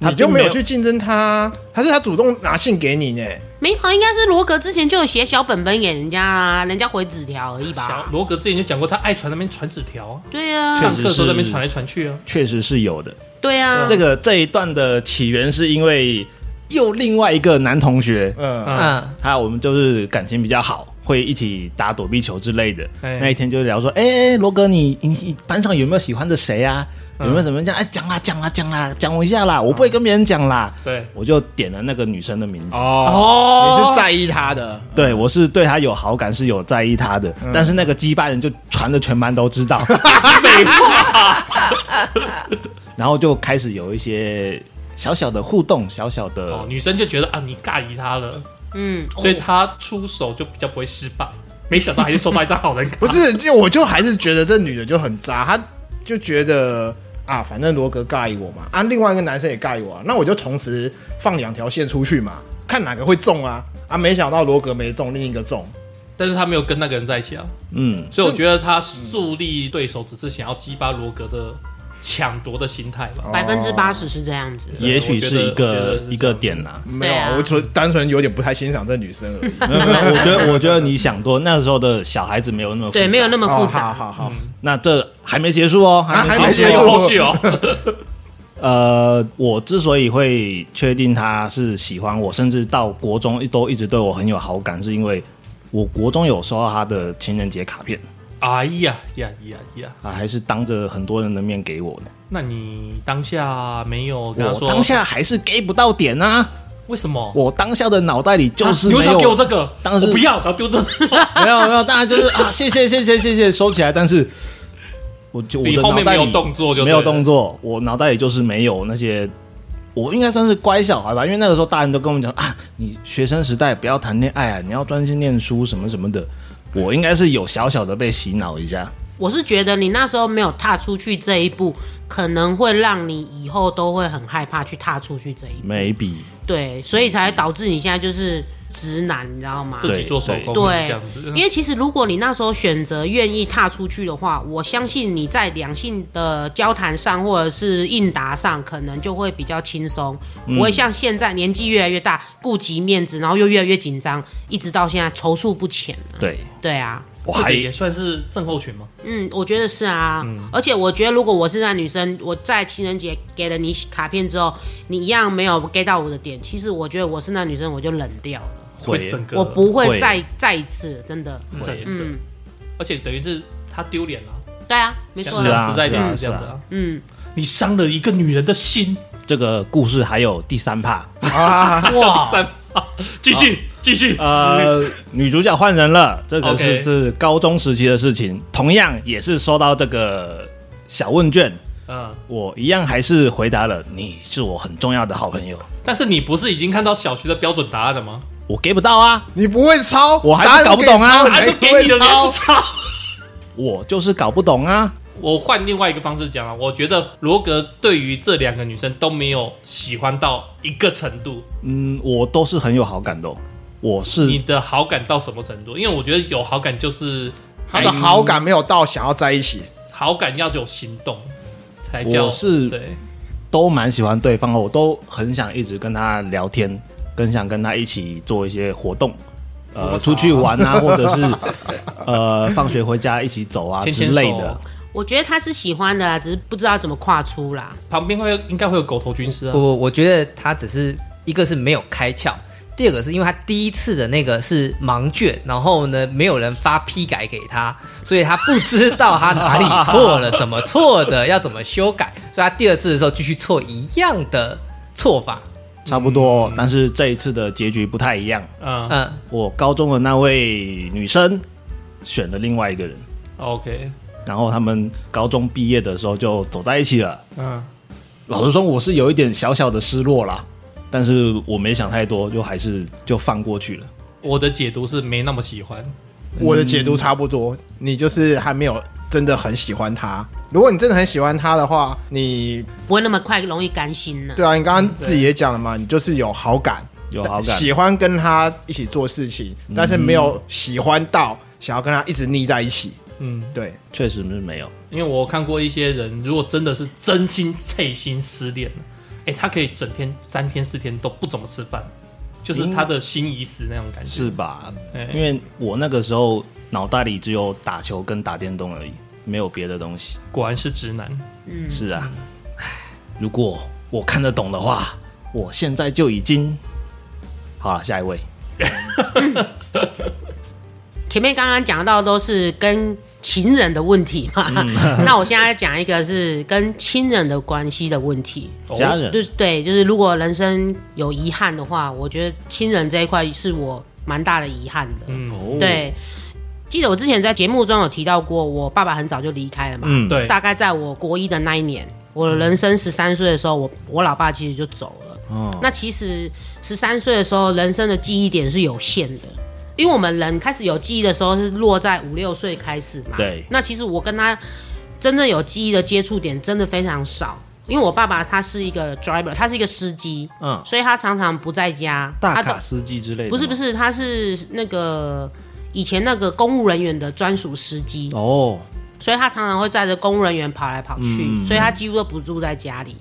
S5: 他
S1: 你就
S5: 并
S1: 没有去竞争他，还是他主动拿信给你呢？
S2: 没有，应该是罗格之前就有写小本本给人家啊，人家回纸条而已
S3: 小
S2: 吧。
S3: 罗格之前就讲过，他爱传那边传纸条啊，
S2: 对啊，
S5: 确
S3: 上
S5: 实
S3: 课的时候在
S5: 是
S3: 那边传来传去啊。
S5: 确实是有的。
S2: 对啊，
S5: 这个这一段的起源是因为又另外一个男同学，
S1: 嗯，
S3: 嗯
S4: 嗯，
S5: 他我们就是感情比较好，会一起打躲避球之类的。
S3: 哎
S5: 那一天就聊说，哎、哎罗哥你，你你班上有没有喜欢的谁啊？有
S3: 嗯
S5: 没有什么人家哎讲啦讲啦讲啦讲我一下啦，我不会跟别人讲啦。
S3: 对，
S5: 我就点了那个女生的名
S1: 哦，
S5: 字，
S3: 哦
S1: 你是在意他的，
S5: 对我是对她有好感，是有在意她的，
S3: 嗯
S5: 但是那个鸡巴人就传的全班都 知道，
S3: 北部
S5: 然后就开始有一些小小的互动，小小的、
S3: 哦，女生就觉得啊，你尬疑他了，
S2: 嗯，
S3: 所以他出手就比较不会失败。没想到还是收到一张好人卡，
S1: 不是？就我就还是觉得这女的就很渣，她就觉得啊，反正罗格尬意我嘛，啊，另外一个男生也尬意我、啊，那我就同时放两条线出去嘛，看哪个会中啊啊！没想到罗格没中，另一个中，
S3: 但是他没有跟那个人在一起啊，
S5: 嗯，
S3: 所以我觉得他树立对手只是想要激发罗格的抢夺的心态吧。
S1: 哦
S2: 百分之八十是这样子。
S5: 也许是一
S3: 我觉得我
S5: 个
S3: 觉得是
S5: 一个点啦。
S1: 没有，
S2: 对啊
S1: 我纯单纯有点不太欣赏这女生而已。
S5: 没有没有，我觉得我觉得你想多，那时候的小孩子没有那么复杂
S2: 对，没有那么
S1: 哦，
S2: 复
S1: 好
S2: 杂。
S1: 好好，
S5: 那这还没结束哦，
S1: 啊还
S3: 好
S1: 没结束
S3: 有后续哦，
S5: 呃，我之所以会确定他是喜欢我，甚至到国中都一直对我很有好感，是因为我国中有收到他的情人节卡片
S3: 哎呀呀呀呀！
S5: 啊，还是当着很多人的面给我的。
S3: 那你当下没有跟他
S5: 我
S3: 说？
S5: 当下还是给不到点啊，
S3: 为什么？
S5: 我当下的脑袋里就是
S3: 啊你为
S5: 没
S3: 什么要
S5: 有。
S3: 给我这个？
S5: 当时
S3: 我不要，然后丢这
S5: 没有没有，当然就是啊，谢谢谢谢谢谢，收起来。但是我就我
S3: 你
S5: 的
S3: 后
S5: 脑
S3: 面
S5: 袋
S3: 没
S5: 里
S3: 有动作就
S5: 没有
S3: 对了
S5: 动作，我脑袋里就是没有那些。我应该算是乖小孩吧，因为那个时候大人都跟我们讲啊，你学生时代不要谈恋爱啊，你要专心念书什么什么的。我应该是有小小的被洗脑一下，
S2: 我是觉得你那时候没有踏出去这一步，可能会让你以后都会很害怕去踏出去这一步。
S5: maybe
S2: 对，所以才导致你现在就是直男，你知道吗？
S3: 自己做手工
S2: 对
S3: 这样子，嗯
S2: 因为其实如果你那时候选择愿意踏出去的话，我相信你在两性的交谈上或者是应答上，可能就会比较轻松，不会像现在年纪越来越大，顾及面子，然后又越来越紧张，一直到现在踌躇不前
S3: 嗯
S2: 啊
S5: 对，
S2: 对啊，
S5: 我
S3: 这
S5: 还
S3: 个也算是症候群吗？
S2: 嗯，我觉得是啊，而且我觉得如果我是那女生，我在情人节给了你卡片之后，你一样没有 get 到我的点，其实我觉得我是那女生，我就冷掉了，
S5: 会
S3: 整个
S2: 我不会
S5: 会
S2: 再再一次，真的，
S3: 整个，
S2: 嗯，
S3: 而且等于是他丢脸了，
S2: 对啊，没错
S5: 是
S2: 啊，
S5: 啊
S3: 讲实在点
S5: 是啊
S3: 是这样子啊，
S2: 嗯。
S3: 你伤了一个女人的心，
S5: 这个故事还有第 三 part，
S1: 啊，
S3: 哇，三八，继
S5: 啊
S3: 续继续，
S5: 呃，女主角换人了，这个是
S3: OK
S5: 是高中时期的事情，同样也是收到这个小问卷，
S3: 嗯，
S5: 我一样还是回答了，你是我很重要的好朋友，
S3: 但是你不是已经看到小学的标准答案了吗？
S5: 我给不到啊，
S1: 你不会抄，
S5: 我还是
S1: 答案
S5: 搞不懂啊
S1: 给
S3: 答案
S1: 你
S3: 都
S1: 抄
S3: 给
S1: 你还
S3: 你
S1: 不会
S3: 了，你还
S1: 抄
S3: 不。抄。
S5: 我就是搞不懂啊。
S3: 我换另外一个方式讲啊了，我觉得罗格对于这两个女生都没有喜欢到一个程度，
S5: 嗯，我都是很有好感的哦、我
S3: 你
S5: 是
S3: 的好感到什么程度？因为我觉得有好感就是
S1: 他的好感没有到想要在一起，
S3: 好感要有行动才叫
S5: 我是
S3: 对，
S5: 都蛮喜欢对方的，我都很想一直跟他聊天，更想跟他一起做一些活动，
S1: 我
S5: 呃，
S1: 操
S5: 出去玩啊，或者是呃放学回家一起走啊
S3: 牵
S5: 之
S3: 牵手
S5: 类的。
S2: 我觉得他是喜欢的啦，啊只是不知道怎么跨出啦。
S3: 旁边会有应该会有狗头军师啊
S4: 不，，我觉得他只是一个是没有开窍，第二个是因为他第一次的那个是盲卷，然后呢没有人发批改给他，所以他不知道他哪里错了，怎么错的，要怎么修改，所以他第二次的时候继续错一样的错法。
S5: 差不多，但是这一次的结局不太一样。
S3: 嗯
S4: 嗯，
S5: 我高中的那位女生选了另外一个人，
S3: ，OK，
S5: 然后他们高中毕业的时候就走在一起了。
S3: 嗯，
S5: 老实说，我是有一点小小的失落啦，但是我没想太多，就还是就放过去了。
S3: 我的解读是没那么喜欢，
S1: 我的解读差不多，你就是还没有真的很喜欢他。如果你真的很喜欢他的话，你
S2: 不会那么快容易甘心呢、
S1: 对啊，你刚刚自己也讲了嘛，你就是有好感，
S5: 有好感，嗯
S1: 喜欢跟他一起做事情，但是没有喜欢到想要跟他一直腻在一起。
S3: 嗯，
S1: 对，
S5: 确实是没有。
S3: 因为我看过一些人，如果真的是真心脆心失恋了，哎、他可以整天三天四天都不怎么吃饭，就是他的心已死那种感觉，
S5: 是吧？
S3: 哎
S5: 因为我那个时候脑袋里只有打球跟打电动而已，没有别的东西。
S3: 果然是直男，
S5: 是啊，唉如果我看得懂的话，我现在就已经好了。下一位，
S2: 前面刚刚讲到都是跟情人的问题嘛， 那我现在讲一个是跟亲人的关系的问题，
S5: 家人
S2: 就是对，就是如果人生有遗憾的话，我觉得亲人这一块是我蛮大的遗憾的。
S3: 嗯，
S5: 哦，
S2: 对，记得我之前在节目中有提到过，我爸爸很早就离开了嘛，
S5: 嗯，
S3: 对，
S2: 大概在我国一的那一年，我人生十三岁的时候，我我老爸其实就走了。
S5: 哦
S2: 那其实十三岁的时候，人生的记忆点是有限的，因为我们人开始有记忆的时候是落在五六岁开始嘛。
S5: 对
S2: 那其实我跟他真正有记忆的接触点真的非常少，因为我爸爸他是一个 driver，他是一个司机，
S5: 嗯，
S2: 所以他常常不在家。
S5: 大
S2: 他
S5: 卡
S2: 都
S5: 司机之类的吗，
S2: 不是不是，他是那个以前那个公务人员的专属司机。
S5: 哦，
S2: 所以他常常会载着公务人员跑来跑去，
S5: 嗯
S2: 所以他几乎都不住在家里。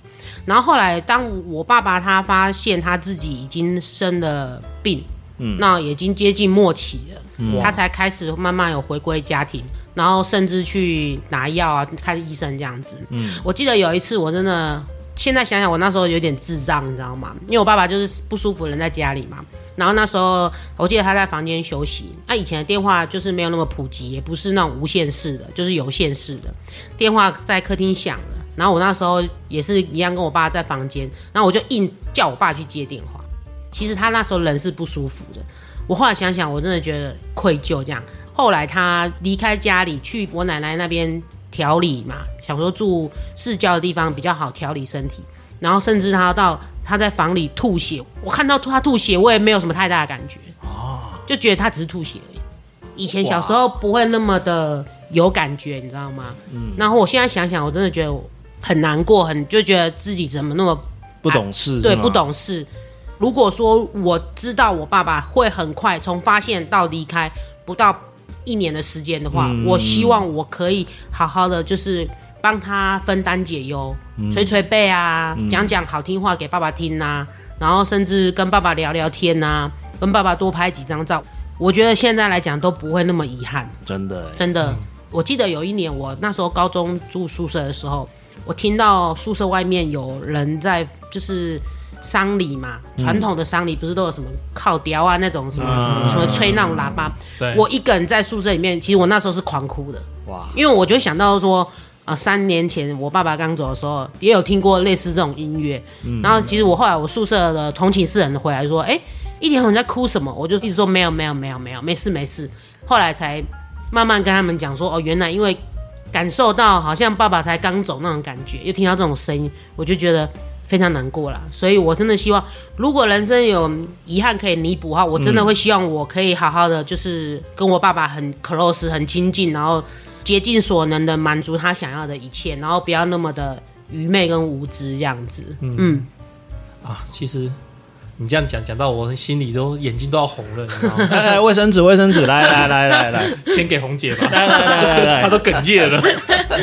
S2: 然后后来，当我爸爸他发现他自己已经生了病，
S5: 嗯
S2: 那已经接近末期了，
S3: 哇
S2: 他才开始慢慢有回归家庭，然后甚至去拿药啊，看医生这样子。
S5: 嗯
S2: 我记得有一次，我真的现在想想，我那时候有点智障，你知道吗？因为我爸爸就是不舒服，人在家里嘛。然后那时候我记得他在房间休息。那、以前的电话就是没有那么普及，也不是那种无线式的，就是有线式的。电话在客厅响了，然后我那时候也是一样跟我爸在房间，然后我就硬叫我爸去接电话。其实他那时候人是不舒服的。我后来想想，我真的觉得愧疚这样。后来他离开家里去我奶奶那边调理嘛，想说住市郊的地方比较好调理身体。然后甚至他到他在房里吐血，我看到他吐血，我也没有什么太大的感觉，就觉得他只是吐血而已。以前小时候不会那么的有感觉，你知道吗？然后我现在想想，我真的觉得我很难过，很就觉得自己怎么那么
S5: 不懂事，
S2: 啊对，
S5: 是吗
S2: 不，懂事。如果说我知道我爸爸会很快从发现到离开不到一年的时间的话，
S5: 嗯
S2: 我希望我可以好好的就是帮他分担解忧，
S5: 嗯
S2: 捶捶背啊，讲讲好听话给爸爸听啊，然后甚至跟爸爸聊聊天啊，跟爸爸多拍几张照。我觉得现在来讲都不会那么遗憾。
S5: 真的 欸，
S2: 真的，我记得有一年我那时候高中住宿舍的时候，我听到宿舍外面有人在就是丧礼嘛，传统的丧礼不是都有什么靠雕啊那种什么、什么吹那种喇叭，
S3: 对，
S2: 我一个人在宿舍里面，其实我那时候是狂哭的，
S5: 哇，
S2: 因为我就想到说。啊，三年前我爸爸刚走的时候，也有听过类似这种音乐。然后其实我后来我宿舍的同寝室人回来说：“哎、一点你在哭什么？”我就一直说没有没有没有没有，没事没事。后来才慢慢跟他们讲说：“哦，原来因为感受到好像爸爸才刚走那种感觉，又听到这种声音，我就觉得非常难过啦。所以我真的希望，如果人生有遗憾可以弥补的话，我真的会希望我可以好好的，就是跟我爸爸很 close、很亲近，然后竭尽所能的满足他想要的一切，然后不要那么的愚昧跟无知这样子。嗯，
S3: 啊，其实你这样讲讲到我心里都眼睛都要红了，你知道 吗？
S5: 来来，卫生纸，卫生纸，来来来来来
S3: 先给红姐吧，
S5: 来来来来
S3: 他
S5: 来，
S3: 都哽咽了。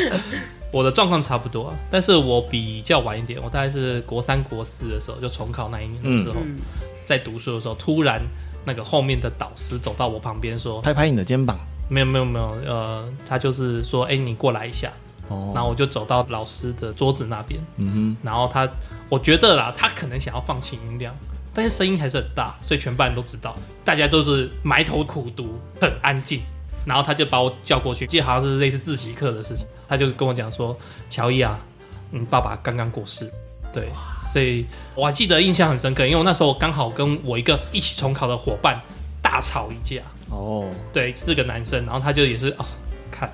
S3: 我的状况差不多啊，但是我比较晚一点，我大概是国三、国四的时候，就重考那一年的时候，
S2: 嗯嗯
S3: 在读书的时候，突然那个后面的导师走到我旁边说
S5: 拍拍你的肩膀，：“
S3: 没有，没有，没有，呃，他就是说，哎、你过来一下。”
S5: 哦
S3: 然后我就走到老师的桌子那边，
S5: 嗯
S3: 然后他，我觉得啦，他可能想要放轻音量，但是声音还是很大，所以全班人都知道，大家都是埋头苦读，很安静。然后他就把我叫过去，记得好像是类似自习课的事情，他就跟我讲说：“乔伊啊，嗯，爸爸刚刚过世，
S5: 嗯
S3: 对，所以我还记得印象很深刻，因为我那时候我刚好跟我一个一起重考的伙伴大吵一架，
S5: 哼，哦，
S3: 对，是个男生，然后他就也是哦，看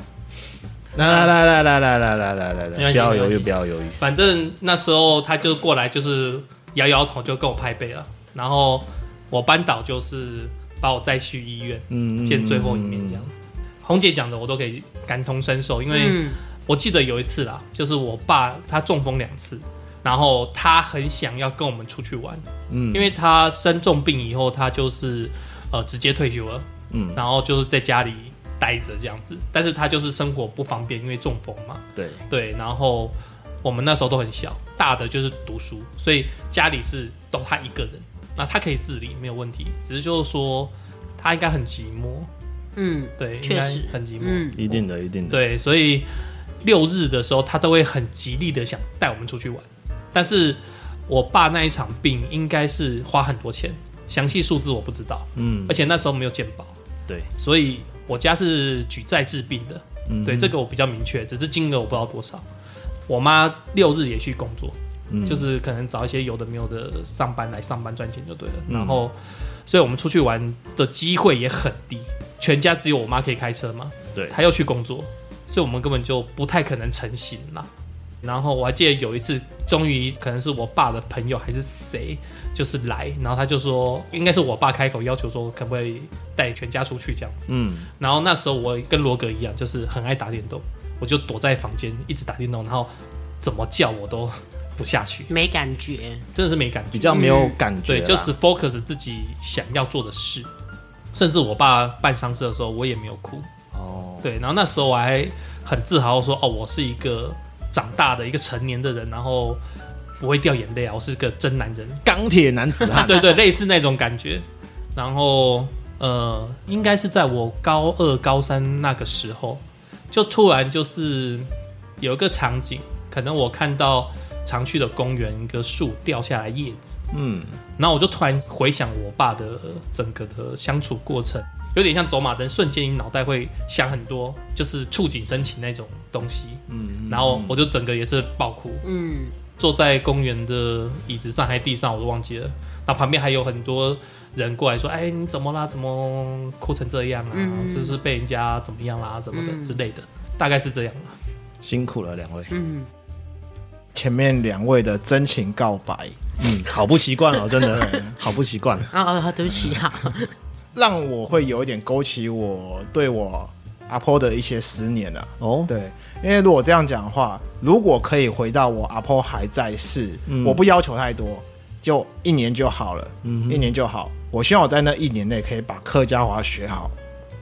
S5: 来来来来来来来来来来
S3: 没关
S5: 来，
S3: 系
S5: 不要犹
S3: 没关
S5: 豫，
S3: 系
S5: 不要犹豫。
S3: 反正那时候他就过来，就是摇摇头就跟我拍背了。然后我班导就是把我载去医院
S5: 嗯，
S3: 见最后一面这样子。红姐讲的我都可以感同身受，因为
S2: 嗯，
S3: 我记得有一次啦，就是我爸他中风两次，然后他很想要跟我们出去玩，
S5: 嗯，嗯，
S3: 因为他生重病以后他就是呃直接退休了，
S5: 嗯，
S3: 然后就是在家里待着这样子，但是他就是生活不方便，因为中风嘛。
S5: 对，
S3: 对，然后我们那时候都很小，大的就是读书，所以家里是都他一个人，那他可以自理没有问题，只是就是说他应该很寂寞，
S2: 嗯
S3: 对，应
S2: 确
S3: 该
S2: 实
S3: 很寂寞，
S2: 嗯，
S5: 一定的，一定的。，
S3: 哦对，所以六日的时候他都会很极力的想带我们出去玩，但是我爸那一场病应该是花很多钱，详细数字我不知道，
S5: 嗯
S3: 而，且那时候没有健保，
S5: 对，
S3: 所以我家是举债治病的，
S5: 嗯
S3: 对，这个我比较明确，只是金额我不知道多少。我妈六日也去工作，
S5: 嗯
S3: 就是可能找一些有的没有的上班来上班赚钱就对了。
S5: 嗯
S3: 然后，所以我们出去玩的机会也很低，全家只有我妈可以开车嘛，
S5: 对
S3: 她又去工作，所以我们根本就不太可能成型啦。然后我还记得有一次，终于可能是我爸的朋友还是谁，就是来，然后他就说，应该是我爸开口要求说，可不可以带全家出去这样子。
S5: 嗯，
S3: 然后那时候我跟罗格一样，就是很爱打电动，我就躲在房间一直打电动，然后怎么叫我都不下去，
S2: 没感觉，
S3: 真的是没感觉。
S5: 比较没有感觉
S3: 对，
S5: 啦，
S3: 就只 focus 自己想要做的事。甚至我爸办丧事的时候，我也没有哭。
S5: 哦，
S3: 对，然后那时候我还很自豪地说：“哦，我是一个长大的一个成年的人，然后不会掉眼泪啊，我是个真男人。”
S5: 钢铁男子汉，
S3: 啊 对对，类似那种感觉。然后呃，应该是在我高二、高三那个时候，就突然就是有一个场景，可能我看到常去的公园一个树掉下来叶子，
S5: 嗯，
S3: 然后我就突然回想我爸的呃整个的相处过程。有点像走马灯，瞬间你脑袋会想很多，就是触景生情那种东西。嗯，然后我就整个也是爆哭。
S2: 嗯，
S3: 坐在公园的椅子上还是地上，我都忘记了。那旁边还有很多人过来说：“哎，你怎么啦？怎么哭成这样啊？
S2: 嗯
S3: 是不是被人家怎么样啦？怎么的
S2: 嗯
S3: 之类的？”大概是这样啊啦。
S5: 辛苦了 两位，
S2: 嗯
S1: 前面两位的真情告白，
S5: 嗯，好不习惯 哦，真的，好不习惯。
S2: 啊、哦、啊，对不起哈、
S1: 让我会有一点勾起我对我阿婆的一些思念啊。
S5: 哦，
S1: 对，因为如果这样讲的话，如果可以回到我阿婆还在世，
S5: 嗯
S1: 我不要求太多，就一年就好了，
S5: 嗯
S1: 一
S5: 哼，
S1: 年就好。我希望我在那一年内可以把客家话学好。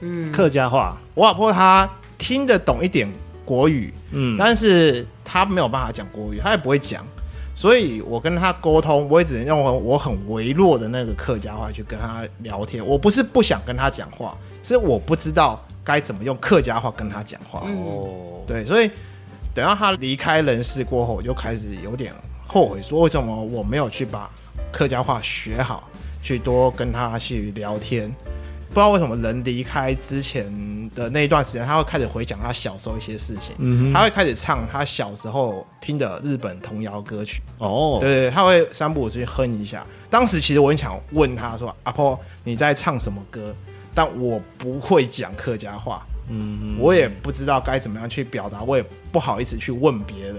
S2: 嗯，
S5: 客家话，
S1: 我阿婆她听得懂一点国语，
S5: 嗯，
S1: 但是她没有办法讲国语，她也不会讲，所以我跟她沟通，我也只能用我很微弱的那个客家话去跟她聊天。我不是不想跟她讲话，是我不知道该怎么用客家话跟她讲话。
S5: 哦，
S1: 对，所以等到他离开人世过后，我就开始有点后悔，说为什么我没有去把客家话学好，去多跟他去聊天。不知道为什么人离开之前的那一段时间，他会开始回想他小时候一些事情，
S5: 嗯
S1: 他会开始唱他小时候听的日本童谣歌曲。
S5: 哦，
S1: 对对对，他会三不五时去哼一下。当时其实我很想问他说：“阿婆，你在唱什么歌？”但我不会讲客家话，
S5: 嗯，
S1: 我也不知道该怎么样去表达，我也不好意思去问别人。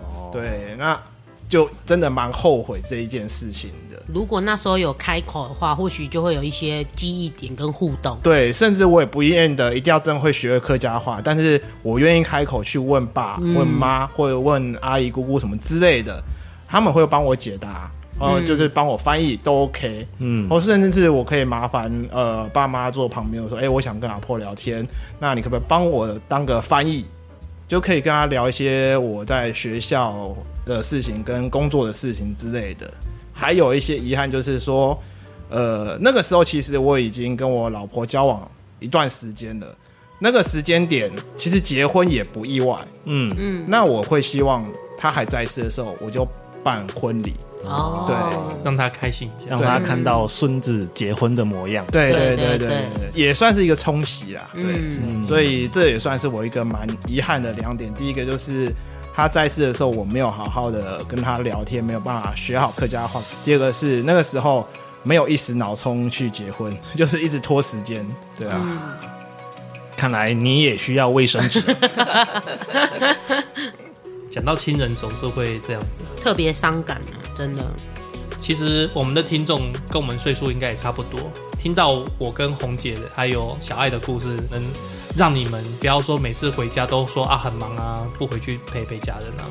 S5: 哦，
S1: 对，那就真的蛮后悔这一件事情的。
S2: 如果那时候有开口的话，或许就会有一些记忆点跟互动。
S1: 对，甚至我也不愿的一定要真会学客家话，但是我愿意开口去问爸、
S2: 嗯
S1: 问妈或者问阿姨、姑姑什么之类的，他们会帮我解答，哦、
S2: 嗯
S1: 就是帮我翻译都 OK。
S5: 嗯，
S1: 或甚至是我可以麻烦呃爸妈坐旁边说，哎、我想跟阿婆聊天，那你可不可以帮我当个翻译？就可以跟他聊一些我在学校的事情跟工作的事情之类的。还有一些遗憾就是说，呃，那个时候其实我已经跟我老婆交往一段时间了，那个时间点，其实结婚也不意外。
S5: 嗯，
S2: 嗯，
S1: 那我会希望他还在世的时候，我就办婚礼。
S2: 哦，
S1: 对
S3: 让他开心一下
S5: 让。他看到孙子结婚的模样。
S1: 对
S2: 对
S1: 对
S2: 对
S1: 对
S2: 对
S1: 对，也算是一个冲洗啦。对，
S2: 嗯，
S5: 嗯，
S1: 所以这也算是我一个蛮遗憾的两点。第一个就是他在世的时候，我没有好好的跟他聊天，没有办法学好客家话。第二个是那个时候没有一时脑冲去结婚， 就是一直拖时间。对
S2: 嗯
S1: 啊，
S5: 看来你也需要卫生 纸。
S3: 讲到亲人总是会这样子啊。
S2: 特别伤感啊，真的。
S3: 其实我们的听众跟我们岁数应该也差不多，听到我跟红姐的还有小爱的故事，能让你们不要说每次回家都说啊很忙啊，不回去陪陪家人啊。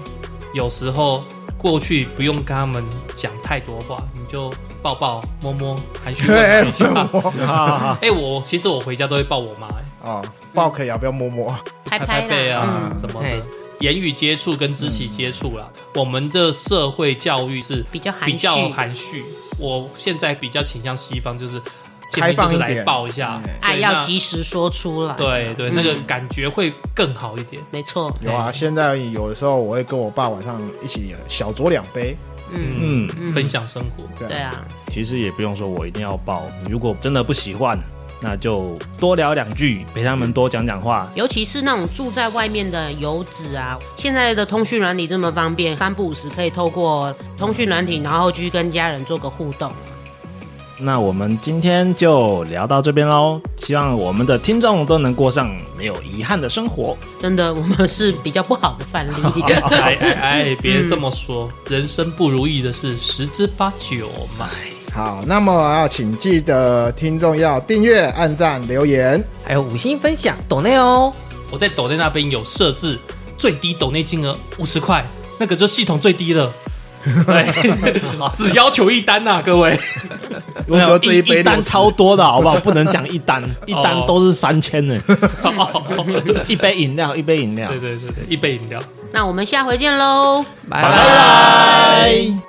S3: 有时候过去不用跟他们讲太多话，你就抱抱、摸摸、含蓄问一下。 哎、我其实我回家都会抱我妈、哎
S1: 哦，抱可以啊，不要摸摸。
S2: 拍
S3: 拍拍
S2: 啦
S3: 背啊、
S2: 嗯
S3: 什么
S4: 嘿
S3: 的，言语接触跟肢体接触啦。我们的社会教育是
S2: 比较含蓄
S3: 比较含蓄，我现在比较倾向西方，就是见
S1: 开
S3: 面就
S1: 放一
S3: 是
S1: 点
S3: 来抱一下，
S1: 嗯
S2: 爱
S3: 对
S2: 要
S3: 那
S2: 及时说出来。
S3: 对对，
S2: 嗯
S3: 那个感觉会更好一点。
S2: 没错，
S1: 有啊，现在有的时候我会跟我爸晚上一起小酌两杯。
S2: 嗯，
S5: 嗯，
S2: 嗯
S3: 分享生活，
S1: 对
S2: 对
S1: 啊，
S2: 啊，
S5: 其实也不用说我一定要抱，如果真的不喜欢，那就多聊两句，陪他们多讲讲话。
S2: 尤其是那种住在外面的游子啊，现在的通讯软体这么方便，三不五时可以透过通讯软体，然后去跟家人做个互动。
S5: 那我们今天就聊到这边喽，希望我们的听众都能过上没有遗憾的生活。
S2: 真的，我们是比较不好的范例。
S3: 哎哎哎，别这么说，人生不如意的事十之八九嘛。
S1: 好，那么啊，请记得听众要订阅、按赞、留言。
S4: 还有五星分享，懂内哦。
S3: 我在抖内那边有设置最低抖内金额五十块，那个就系统最低了。对，只要求一单呐、啊各位。
S1: 如果这
S5: 一
S1: 杯
S5: 单
S1: 六十
S5: 超多的好不好？不能讲一单，一单都是三千呢。 一杯饮料，一杯饮料
S3: 对。对对对，一杯饮料。
S2: 那我们下回见喽。
S4: 拜
S5: 拜拜。